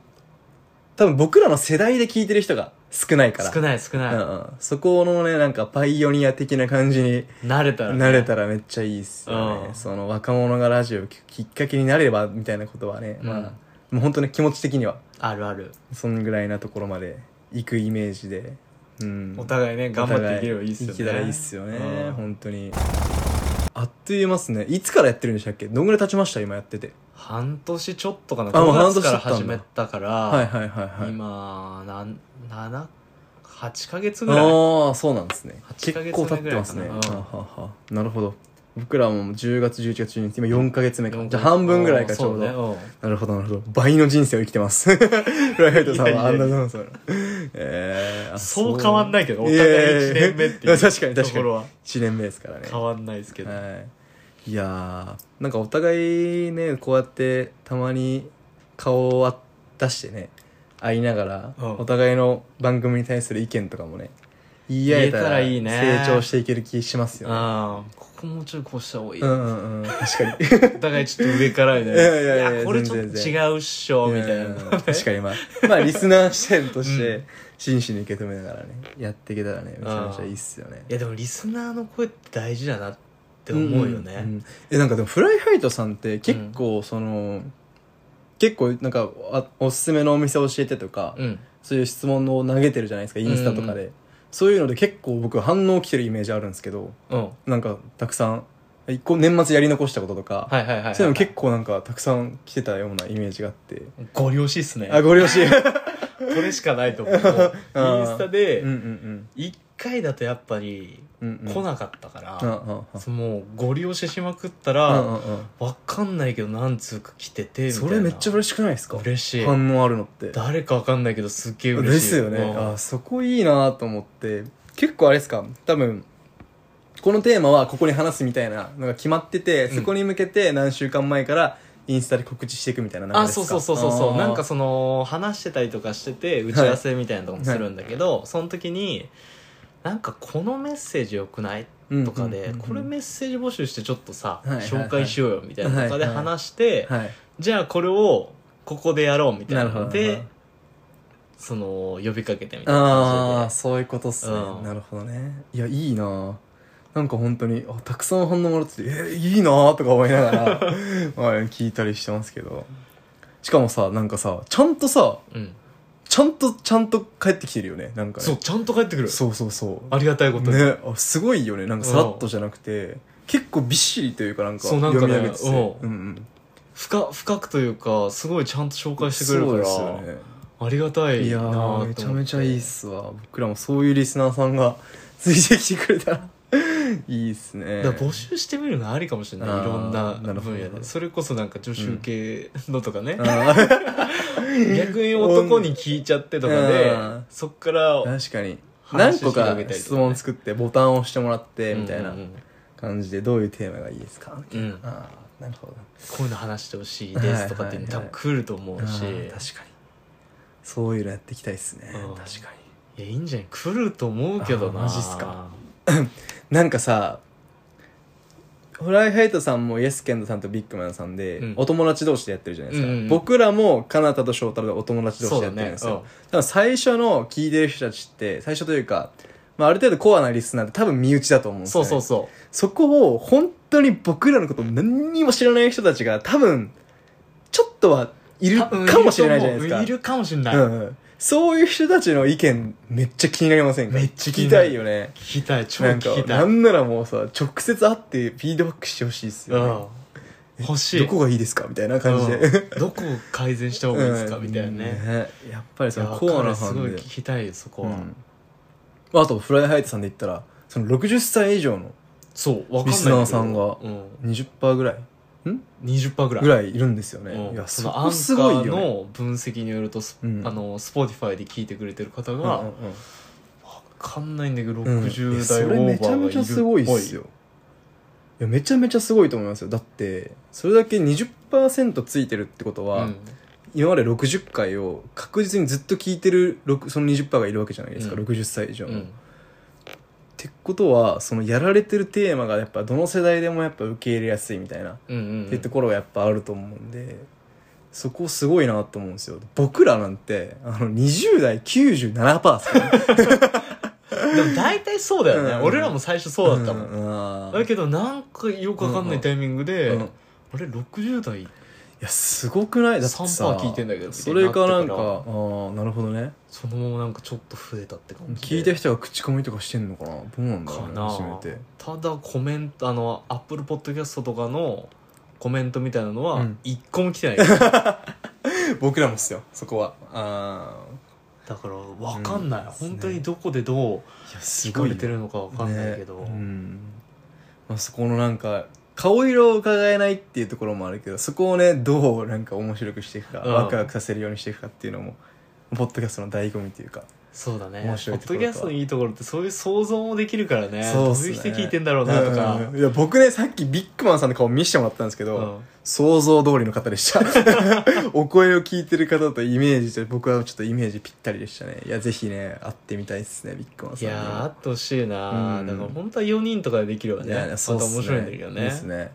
Speaker 1: 多分僕らの世代で聞いてる人が少ないから
Speaker 2: 少ない少ない、
Speaker 1: うんうん、そこのねなんかパイオニア的な感じに
Speaker 2: 慣れたら、ね、
Speaker 1: なれたらめっちゃいいっすよね、
Speaker 2: うん
Speaker 1: その若者がラジオを聴くきっかけになればみたいなことはね、
Speaker 2: うん
Speaker 1: まあもう本当ね気持ち的には
Speaker 2: あるある
Speaker 1: そんぐらいなところまで行くイメージで、うん、
Speaker 2: お互いね頑張っていければいいっすよ
Speaker 1: お互い
Speaker 2: ね
Speaker 1: 生きたらいいっすよね、
Speaker 2: うん
Speaker 1: 本当にあっという間っすねいつからやってるんでしたっけどんぐらい経ちました今やってて
Speaker 2: 半年ちょっとかな
Speaker 1: あもう
Speaker 2: 5月から
Speaker 1: 半年経った
Speaker 2: 始
Speaker 1: んだ
Speaker 2: めたから、
Speaker 1: はいはいはいはい
Speaker 2: 今なん七8ヶ月ぐらい
Speaker 1: ああそうなんですね
Speaker 2: 8
Speaker 1: 結
Speaker 2: ヶ月
Speaker 1: 構経ってますね
Speaker 2: 目
Speaker 1: は
Speaker 2: ぐらいか
Speaker 1: あ
Speaker 2: な
Speaker 1: はあはあなるほど僕らも10月11月12日今4ヶ月目か
Speaker 2: 四
Speaker 1: じ
Speaker 2: ヶ
Speaker 1: ゃあ
Speaker 2: 月
Speaker 1: 半分ぐらいかちょ
Speaker 2: そうう
Speaker 1: ど
Speaker 2: ねうん
Speaker 1: なるほどなるほど倍の人生を生きてます フライハイトさん
Speaker 2: いやい
Speaker 1: は
Speaker 2: や
Speaker 1: あん
Speaker 2: いや
Speaker 1: なもんそうなのえーあ
Speaker 2: そう変わんないけどお互い
Speaker 1: えー
Speaker 2: 1年目っていう
Speaker 1: 確かに確
Speaker 2: とこ
Speaker 1: かに
Speaker 2: ろは
Speaker 1: 1年目ですからね
Speaker 2: 変わんないですけど、
Speaker 1: はい、いやーなんかお互いねこうやってたまに顔を出してね会いながら、
Speaker 2: うん
Speaker 1: お互いの番組に対する意見とかもね言い合えたら
Speaker 2: 言えたらいいね
Speaker 1: 成長していける気しますよね
Speaker 2: ああここもうちょいこうした方がいい、
Speaker 1: うんうんうん確かに
Speaker 2: お互いちょっと上からみたい
Speaker 1: いやいやいや
Speaker 2: いやこれちょっ
Speaker 1: 全
Speaker 2: と
Speaker 1: 然
Speaker 2: 違うっしょみたいな、
Speaker 1: うん 確かにまあまあリスナー視点として、真摯に受け止めながらねやっていけたらねめちゃめちゃいいっすよね
Speaker 2: いやでもリスナーの声って大事だなって思うよね、
Speaker 1: んんんえなんかでもフライハイトさんって結構その、結構なんかあおすすめのお店教えてとか、
Speaker 2: うん
Speaker 1: そういう質問を投げてるじゃないですかインスタとかで、そういうので結構僕反応来てるイメージあるんですけど
Speaker 2: うん
Speaker 1: なんかたくさん一個年末やり残したこととか、
Speaker 2: はいはいはい、はい、
Speaker 1: そういうの結構なんかたくさん来てたようなイメージがあって、
Speaker 2: ご了承っすね
Speaker 1: あご了 承
Speaker 2: これしかないと思うイン
Speaker 1: うん
Speaker 2: スタで
Speaker 1: うんうん
Speaker 2: 1回だとやっぱり
Speaker 1: うんうんうん
Speaker 2: 来なかったから、
Speaker 1: うんうんうん
Speaker 2: そのもうご利用してしまくった
Speaker 1: うん
Speaker 2: ら、
Speaker 1: うんうん
Speaker 2: わかんないけど何通か来ててみたいな
Speaker 1: それめっちゃ嬉しくないですか
Speaker 2: 嬉しい
Speaker 1: 反応あるのって
Speaker 2: 誰かわかんないけどすっげえ嬉しい
Speaker 1: ですよね
Speaker 2: うん
Speaker 1: あそこいいなと思って結構あれですか多分このテーマはここに話すみたいなのが決まってて、
Speaker 2: うん
Speaker 1: そこに向けて何週間前からインスタで告知していくみたいな流れ
Speaker 2: あ
Speaker 1: ですか
Speaker 2: そうそうそうそうそ
Speaker 1: あ
Speaker 2: う
Speaker 1: ー
Speaker 2: なんかその話してたりとかしてて打ち合わせみたいなとかもするんだけど、その時になんかこのメッセージ良くない
Speaker 1: うん
Speaker 2: とかで、
Speaker 1: うんうんうん
Speaker 2: これメッセージ募集してちょっと
Speaker 1: は
Speaker 2: さ、
Speaker 1: いはいはい
Speaker 2: 紹介しようよみたいなとかで
Speaker 1: はいはい
Speaker 2: 話して、
Speaker 1: はい
Speaker 2: じゃあこれをここでやろうみたい
Speaker 1: な
Speaker 2: な
Speaker 1: るほ
Speaker 2: の
Speaker 1: ど
Speaker 2: でその呼びかけてみたいな
Speaker 1: ああ
Speaker 2: 感
Speaker 1: ーそういうことっすね、
Speaker 2: うん
Speaker 1: なるほどねいやいいななんか本当にあたくさん反応もらっててえーいいなとか思いな がらはい聞いたりしてますけどしかもさなんかさちゃんとさ
Speaker 2: じで、うん
Speaker 1: ちゃんとちゃんと帰ってきてるよねなんかね
Speaker 2: そうちゃんと帰ってくる
Speaker 1: そうそうそう
Speaker 2: ありがたいことに、
Speaker 1: ねあすごいよねなんかさらっとじゃなくて結構びっしりというかなんか
Speaker 2: そうなん
Speaker 1: 読
Speaker 2: か
Speaker 1: み
Speaker 2: ね
Speaker 1: 上げてて
Speaker 2: うん
Speaker 1: んうん
Speaker 2: 深深くというかすごいちゃんと紹介してくれる
Speaker 1: そう
Speaker 2: から
Speaker 1: ですよね
Speaker 2: ありがたい
Speaker 1: いや
Speaker 2: な
Speaker 1: ー
Speaker 2: あ
Speaker 1: めちゃめちゃいいっすわ僕らもそういうリスナーさんが ついてきてくれたら いいっすね
Speaker 2: だから募集してみるのありかもしれない
Speaker 1: あー
Speaker 2: いろんな
Speaker 1: なるほど
Speaker 2: 分野でそれこそなんか助手系のとかね、
Speaker 1: あー
Speaker 2: 逆に男に聞いちゃってとかで、
Speaker 1: うん
Speaker 2: そっから
Speaker 1: 確かに何
Speaker 2: 話
Speaker 1: 個
Speaker 2: 広げたりと
Speaker 1: か
Speaker 2: かね
Speaker 1: 質問作ってボタンを押してもらってみたいな
Speaker 2: うんうんうん
Speaker 1: 感じでどういうテーマがいいですかみたいな
Speaker 2: うん
Speaker 1: あーなるほど
Speaker 2: こういうの話してほしいですとかっていうの
Speaker 1: はいは
Speaker 2: 多
Speaker 1: いはい
Speaker 2: 分来ると思うし、
Speaker 1: あ
Speaker 2: い
Speaker 1: ー確かにそういうのやっていきたいっすね
Speaker 2: う
Speaker 1: 確
Speaker 2: ん
Speaker 1: かに
Speaker 2: やいいんじゃない来ると思うけどな
Speaker 1: あーマジっすかなんかさフライハイトさんもイエスケンドさんとビッグマンさんで、
Speaker 2: うん
Speaker 1: お友達同士でやってるじゃないですか、
Speaker 2: うんうんうん
Speaker 1: 僕らもカナタと翔太郎でお友達同士
Speaker 2: そう
Speaker 1: でや
Speaker 2: だ
Speaker 1: ってるん
Speaker 2: ね
Speaker 1: ですよ、多分最初の聞いてる人たちって最初というか、まあ、ある程度コアなリスナーって多分身内だと思うん
Speaker 2: うん
Speaker 1: です
Speaker 2: そ
Speaker 1: よ、
Speaker 2: う
Speaker 1: ね、
Speaker 2: そうそう
Speaker 1: そこを本当に僕らのこと何にも知らない人たちが多分ちょっとはいる
Speaker 2: 多
Speaker 1: か
Speaker 2: 分
Speaker 1: もしれないじゃないですか
Speaker 2: いるかもしれない、
Speaker 1: うんうん、そういう人たちの意見めっちゃ気になりませんか
Speaker 2: めっち
Speaker 1: 聞
Speaker 2: ゃ気
Speaker 1: き
Speaker 2: にな
Speaker 1: た
Speaker 2: る
Speaker 1: いよね
Speaker 2: 聞きたい超
Speaker 1: な
Speaker 2: 聞
Speaker 1: んか
Speaker 2: きた、
Speaker 1: ない
Speaker 2: うん
Speaker 1: ならもうさ直接会ってフィードバックしてほしいっすよ、ね
Speaker 2: ん、欲しい
Speaker 1: どこがいいですかみたいな感じで、
Speaker 2: うんどこを改善した方がいいですかみたいなね
Speaker 1: うんやっぱり
Speaker 2: い
Speaker 1: そ
Speaker 2: や
Speaker 1: のコアな
Speaker 2: す
Speaker 1: フ
Speaker 2: ご
Speaker 1: ァ
Speaker 2: い
Speaker 1: ン
Speaker 2: 聞
Speaker 1: で
Speaker 2: きたいよそこ
Speaker 1: う
Speaker 2: は、
Speaker 1: んあとフライハイトさんで言ったらその60歳以上の
Speaker 2: そうわかんない
Speaker 1: リスナーさんが
Speaker 2: うん、
Speaker 1: 20%ぐらい
Speaker 2: 20%ぐらい
Speaker 1: ぐらいいるんですよね、
Speaker 2: うん
Speaker 1: いや
Speaker 2: そ
Speaker 1: そ
Speaker 2: のアン
Speaker 1: こ
Speaker 2: カ
Speaker 1: すごい
Speaker 2: ー
Speaker 1: よね
Speaker 2: の分析によると、ス
Speaker 1: うん
Speaker 2: あのスポーティファイで聞いてくれてる方
Speaker 1: う
Speaker 2: が、
Speaker 1: んうん
Speaker 2: わかんないんだけど
Speaker 1: うんうんいや
Speaker 2: 60代
Speaker 1: そ
Speaker 2: オーバ
Speaker 1: れ
Speaker 2: ーがい
Speaker 1: め
Speaker 2: る
Speaker 1: ちゃめちゃすごいっすよいやめちゃめちゃすごいと思いますよだってそれだけ20%ついてるってこと
Speaker 2: う
Speaker 1: は、
Speaker 2: ん
Speaker 1: 今まで60回を確実にずっと聞いてる6その20%がいるわけじゃないですか、
Speaker 2: うん
Speaker 1: 60歳以上
Speaker 2: う
Speaker 1: の、っ
Speaker 2: ん
Speaker 1: てことはそのやられてるテーマがやっぱどの世代でもやっぱ受け入れやすいみたいな、
Speaker 2: うんうん
Speaker 1: っていうところがやっぱあると思うんでそこすごいなと思うんですよ僕らなんてあの20代97%っすからね
Speaker 2: でも大体そうだよね、
Speaker 1: うん
Speaker 2: 俺らも最初そうだったもん、
Speaker 1: うんうん
Speaker 2: だけどなんかよくわかんないタイミングで、
Speaker 1: うんうん
Speaker 2: あれ60代
Speaker 1: いやすごくないだってさ
Speaker 2: 3%聞いてんだけどみたい
Speaker 1: そ
Speaker 2: に
Speaker 1: れ
Speaker 2: なってか
Speaker 1: からなんかああなるほどね
Speaker 2: そのままなんかちょっと増えたって感じ
Speaker 1: 聞いた人が口コミとかしてんのかなどうなんだろう
Speaker 2: か
Speaker 1: ね
Speaker 2: な
Speaker 1: 初めて
Speaker 2: ただコメントあのアップルポッドキャストとかのコメントみたいなの
Speaker 1: う
Speaker 2: は
Speaker 1: ん
Speaker 2: 一個も来 てないから、
Speaker 1: 僕らもっすよそこはあ
Speaker 2: だからわかんない、
Speaker 1: うん
Speaker 2: 本当にどこでど
Speaker 1: あ
Speaker 2: う
Speaker 1: いやす
Speaker 2: 聞
Speaker 1: ご
Speaker 2: か
Speaker 1: い
Speaker 2: れ
Speaker 1: よ
Speaker 2: てるのかわかんないけど、
Speaker 1: ねうんまあ、そこのなんか顔色を伺えないっていうところもあるけどそこをねどうなんか面白くしていくか、
Speaker 2: うん
Speaker 1: ワクワクさせるようにしていくかっていうのもポッドキャストの醍醐味っていうか
Speaker 2: そうだねポ
Speaker 1: 面白
Speaker 2: ッ
Speaker 1: いとこ
Speaker 2: ド
Speaker 1: ろ
Speaker 2: キ
Speaker 1: か
Speaker 2: ャストのいいところってそういう想像もできるからね
Speaker 1: そうっ
Speaker 2: どう
Speaker 1: す
Speaker 2: いう
Speaker 1: ね
Speaker 2: 人聞いてんだろうなとか、
Speaker 1: うんいや僕ねさっきビッグマンさんの顔見せてもらったんですけど、
Speaker 2: うん
Speaker 1: 想像通りの方でした お声を聞いてる方とイメージと僕はちょっとイメージぴったりでしたねいやぜひね会ってみたいですねビッグマン
Speaker 2: い
Speaker 1: さんに
Speaker 2: やーあ
Speaker 1: は
Speaker 2: ってほしいな、
Speaker 1: うん
Speaker 2: だから本当は4人とかでできるわね
Speaker 1: いやいやそうっ
Speaker 2: また
Speaker 1: すね
Speaker 2: 面白いんだけどね
Speaker 1: いいっすね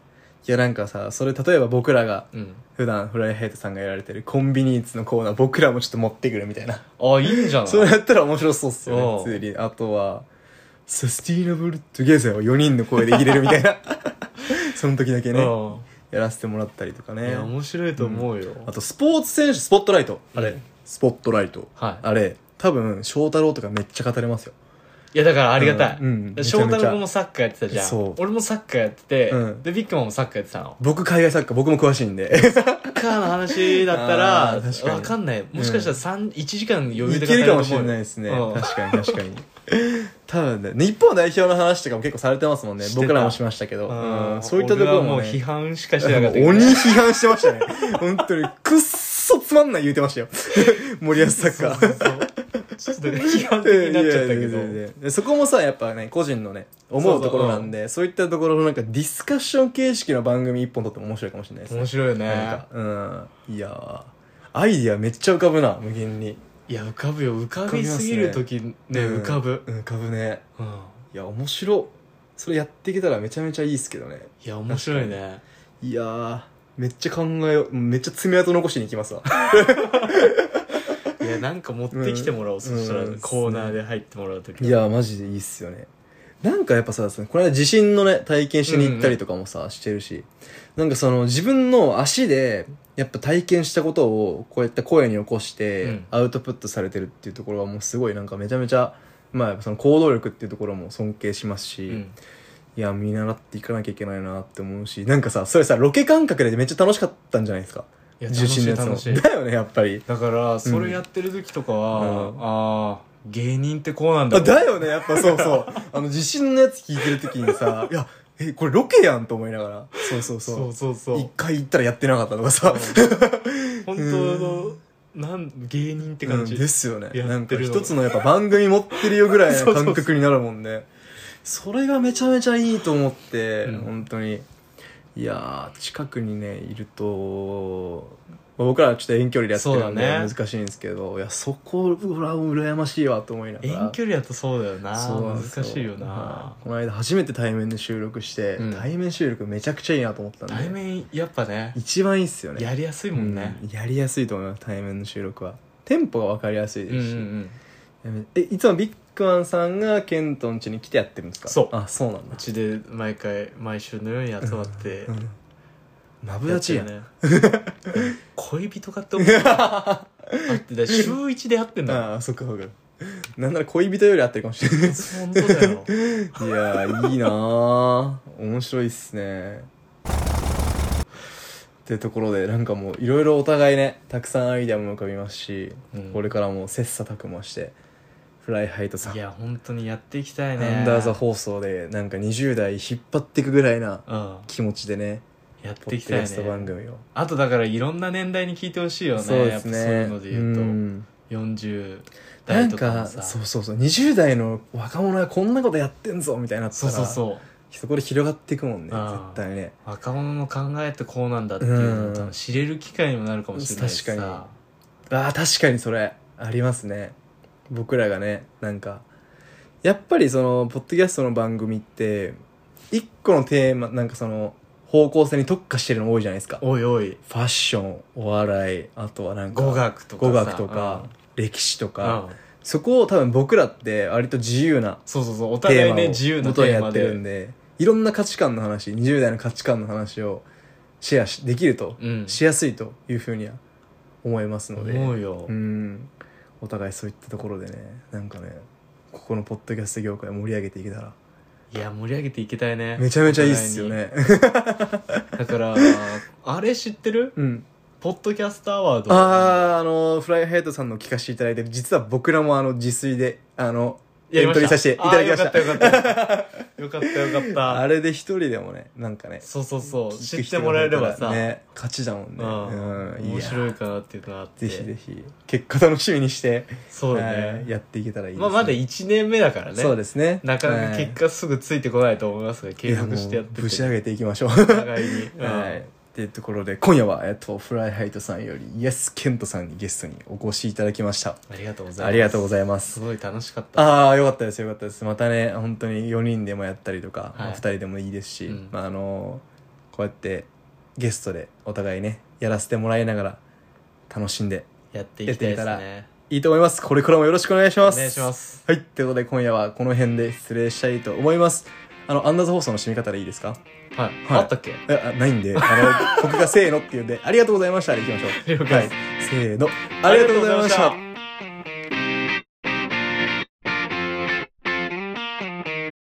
Speaker 1: いやなんかさそれ例えば僕らが
Speaker 2: うん、
Speaker 1: 普段フライヘイトさんがやられてるコンビニーツのコーナー僕らもちょっと持ってくるみたいな
Speaker 2: あいいんじゃない
Speaker 1: それやったら面白そうっすよ
Speaker 2: う
Speaker 1: ね
Speaker 2: ん
Speaker 1: 普通にあとは「サスティナブル・トゥ・ゲザー」を4人の声で入れるみたい なその時だけね
Speaker 2: うん
Speaker 1: やらせてもらったりとか
Speaker 2: い
Speaker 1: ね
Speaker 2: や面白いと思うよ、
Speaker 1: あとスポーツ選手スポットライトあれ、
Speaker 2: うん
Speaker 1: スポットライト
Speaker 2: はい
Speaker 1: あれ多分翔太郎とかめっちゃ語れますよ
Speaker 2: いやだからありがたい、
Speaker 1: うんうんめちゃ
Speaker 2: 翔
Speaker 1: めちゃ
Speaker 2: 太郎君もサッカーやってたじゃ
Speaker 1: そ
Speaker 2: ん
Speaker 1: う
Speaker 2: 俺もサッカーやってて、
Speaker 1: うん
Speaker 2: でビッグマンもサッカーやってたの
Speaker 1: 僕海外サッカー僕も詳しいんで
Speaker 2: サッカーの話だったら
Speaker 1: あー確かに
Speaker 2: わかんないもしかしたら三1時間余裕
Speaker 1: い
Speaker 2: で
Speaker 1: けるかもしれ
Speaker 2: 語
Speaker 1: ない
Speaker 2: る
Speaker 1: ですね
Speaker 2: と思うよ
Speaker 1: 確かに確かに多分ね日本代表の話とかも結構されてますもんね
Speaker 2: してた
Speaker 1: 僕らもしましたけど、
Speaker 2: う
Speaker 1: うんんそういったところも,、
Speaker 2: 俺はもう批
Speaker 1: ね、
Speaker 2: 判しかしてなかったけど
Speaker 1: 鬼批判してましたね本当にくっそつまんない言うてましたよ 森保サッカ
Speaker 2: そう
Speaker 1: ー
Speaker 2: そうそうちょっと批判的になっちゃったけ
Speaker 1: いやい
Speaker 2: ど
Speaker 1: やいやいやそこもさやっぱね個人のね思うところなんでそういったところのなんかディスカッション形式の番組一本撮っても面白いかもしれないですね
Speaker 2: 面白いよ
Speaker 1: なん
Speaker 2: ね
Speaker 1: かうんいやーアイディアめっちゃ浮かぶな無限に
Speaker 2: いや浮かぶよ浮かびすぎる時ね
Speaker 1: うん
Speaker 2: 浮かぶ、
Speaker 1: うん浮かぶね
Speaker 2: うん、
Speaker 1: いや面白それやっていけたらめちゃめちゃいいっすけどね
Speaker 2: いや面白いね
Speaker 1: いやーめっちゃ考えようめっちゃ爪痕残しに行きますわ
Speaker 2: いやなんか持ってきてもらおう、
Speaker 1: うん
Speaker 2: そしたら
Speaker 1: うん
Speaker 2: コーナーで入ってもらう 時
Speaker 1: いやーマジでいいっすよねなんかやっぱさそのこの間地震のね体験しに行ったりとかもさ、してるしなんかその自分の足でやっぱ体験したことをこうやって声に起こし
Speaker 2: う
Speaker 1: て
Speaker 2: ん
Speaker 1: アウトプットされてるっていうところはもうすごいなんかめちゃめちゃまあやっぱその行動力っていうところも尊敬しますし、
Speaker 2: うん
Speaker 1: いや見習っていかなきゃいけないなって思うしなんかさそれさロケ感覚でめっちゃ楽しかったんじゃないですか
Speaker 2: いや
Speaker 1: 重心のやつ
Speaker 2: 楽
Speaker 1: も
Speaker 2: しい楽しい
Speaker 1: だよねやっぱり
Speaker 2: だからそれやってる時とかは、
Speaker 1: うん
Speaker 2: ああ芸人ってこうなんだ
Speaker 1: あだよねやっぱそうそう あの地震のやつ聞いてる時にさいやえこれロケやんと思いながらそうそうそ
Speaker 2: そう
Speaker 1: う
Speaker 2: そうそう
Speaker 1: 一回行ったらやってなかったとかさ、
Speaker 2: 本当のなん芸人って感じ、
Speaker 1: うんですよね
Speaker 2: やってるの
Speaker 1: なんか一つのやっぱ番組持ってるよぐら いの感覚になるもんねそれがめちゃめちゃいいと思って、
Speaker 2: うん
Speaker 1: 本当にいやー近くにねいるとまあ僕らはちょっと遠距離でやってるんで
Speaker 2: そうだね
Speaker 1: 難しいんですけど、いやそこは羨ましいわと思いながら
Speaker 2: 遠距離やとそうだよな
Speaker 1: そうなんです
Speaker 2: 難しいよな、
Speaker 1: はいこの間初めて対面で収録して、
Speaker 2: うん
Speaker 1: 対面収録めちゃくちゃいいなと思ったんで
Speaker 2: 対面やっぱね
Speaker 1: 一番いいっすよね
Speaker 2: やりやすいもんね、
Speaker 1: うんやりやすいと思います対面の収録はテンポが分かりやすい
Speaker 2: うん、うん
Speaker 1: ですし、
Speaker 2: うん
Speaker 1: えいつもビッグマンさんがケントん家に来てやってるんですか
Speaker 2: そう
Speaker 1: あそうなん
Speaker 2: う
Speaker 1: だ
Speaker 2: ちで毎回毎週のように集まって
Speaker 1: うんマブ
Speaker 2: や
Speaker 1: ダ
Speaker 2: っ
Speaker 1: チ
Speaker 2: て
Speaker 1: や
Speaker 2: る
Speaker 1: ん、
Speaker 2: ね恋人かって思うだ ってだ週一でやってんだもん
Speaker 1: ああそっかそっかなんなら恋人より合ってるかもしれ ないい
Speaker 2: 本当 だよ
Speaker 1: やーいいなー面白いっすねってところでなんかもういろいろお互いねたくさんアイデアも浮かびますし、
Speaker 2: うん
Speaker 1: これからも切磋琢磨してフライハイトさん
Speaker 2: いや本当にやっていきたいね
Speaker 1: アンダーザ放送でなんか20代引っ張っていくぐらいな
Speaker 2: うん
Speaker 1: 気持ちでね
Speaker 2: やっ
Speaker 1: ポ
Speaker 2: てい
Speaker 1: ッ
Speaker 2: き
Speaker 1: ドキ
Speaker 2: たい
Speaker 1: ャスト番
Speaker 2: ね
Speaker 1: 組を
Speaker 2: あとだからいろんな年代に聞いてほしいよね
Speaker 1: そうで
Speaker 2: やっ
Speaker 1: す
Speaker 2: ぱ
Speaker 1: ね
Speaker 2: そういうので言うと、
Speaker 1: ん
Speaker 2: 40
Speaker 1: な
Speaker 2: 代
Speaker 1: ん
Speaker 2: とかも
Speaker 1: か
Speaker 2: さ
Speaker 1: そうそうそう20代の若者がこんなことやってんぞみたいになった
Speaker 2: そう
Speaker 1: ら
Speaker 2: そうそう
Speaker 1: そこで広がっていくもんね
Speaker 2: あ
Speaker 1: 絶
Speaker 2: ー
Speaker 1: 対ね
Speaker 2: 若者の考えってこうなんだっていうの
Speaker 1: う
Speaker 2: を
Speaker 1: ん
Speaker 2: 知れる機会にもなるかもしれないし
Speaker 1: 確
Speaker 2: さ
Speaker 1: かあー確かにそれありますね僕らがねなんかやっぱりそのポッドキャストの番組って一個のテーマなんかその方向性に特化してるの多いじゃないですか
Speaker 2: おいおい
Speaker 1: ファッションお笑いあとはなんか
Speaker 2: 語学とかさ
Speaker 1: 語学とか、歴史と
Speaker 2: うん
Speaker 1: か、
Speaker 2: うん
Speaker 1: そこを多分僕らって割と自由な
Speaker 2: そうそうそうお互
Speaker 1: テー
Speaker 2: い
Speaker 1: マを
Speaker 2: ね自由な
Speaker 1: 元に
Speaker 2: テー
Speaker 1: や
Speaker 2: マ
Speaker 1: って
Speaker 2: で
Speaker 1: るんでいろんな価値観の話20代の価値観の話をシェアしできると、
Speaker 2: うん
Speaker 1: しやすいというふうには思いますので
Speaker 2: 思うよ、
Speaker 1: うんお互いそういったところでねなんかねここのポッドキャスト業界を盛り上げていけたら
Speaker 2: いや盛り上げていきたいね
Speaker 1: めちゃめちゃいいっすよね
Speaker 2: お互いにだからあれ知ってる
Speaker 1: うん
Speaker 2: ポッドキャストアワード
Speaker 1: あああのフライハイトさんの聞かせていただいて実は僕らもあの自炊であの
Speaker 2: やりま
Speaker 1: エントリーさせていただきました
Speaker 2: あーよかったよかったよかったよかった
Speaker 1: あれで一人でもねなんかね
Speaker 2: そうそうそう
Speaker 1: 聞
Speaker 2: 知
Speaker 1: く
Speaker 2: って
Speaker 1: 人が
Speaker 2: もらえればさ、
Speaker 1: ね勝ちだもん
Speaker 2: う
Speaker 1: ね
Speaker 2: ん
Speaker 1: うん
Speaker 2: 面白
Speaker 1: や
Speaker 2: いかなっていうのがあって
Speaker 1: ぜひぜひ結果楽しみにして
Speaker 2: そうだ
Speaker 1: はい
Speaker 2: ね
Speaker 1: やっていけたらいいです
Speaker 2: まあまだ1年目だからね
Speaker 1: そうですね
Speaker 2: なかなか
Speaker 1: は
Speaker 2: 結
Speaker 1: い
Speaker 2: 果すぐついてこないと思いますが継続してやっ
Speaker 1: いやも
Speaker 2: て
Speaker 1: うぶち上
Speaker 2: げ
Speaker 1: げていきましょう
Speaker 2: お互いに、うん
Speaker 1: はい。っていうところで、今夜は、えっと、フライハイトさんより、イエス・ケントさんにゲストにお越しいただきました。
Speaker 2: ありがとうございます
Speaker 1: ありがとうご
Speaker 2: い
Speaker 1: ざいますす。
Speaker 2: ごい楽しかった
Speaker 1: ああ、よかったです、よかったです。またね、本当に4人でもやったりとか、
Speaker 2: はい
Speaker 1: 2人でもいいですし、
Speaker 2: うん
Speaker 1: まあ、あのこうやってゲストでお互いね、やらせてもらいながら、楽しんで
Speaker 2: やっていきたいですね
Speaker 1: いいと思います。これからもよろしくお願いします。
Speaker 2: お願いします。
Speaker 1: はい、ということで今夜はこの辺で失礼したいと思います。あの、アンダーズ放送の締め方でいいですか
Speaker 2: はい、
Speaker 1: はい
Speaker 2: あったっけ
Speaker 1: えあないんで、 あの、僕がせーのって言うんで、ありがとうございましたで行きましょう。
Speaker 2: 了解
Speaker 1: はい。せーの、ありがとうございました。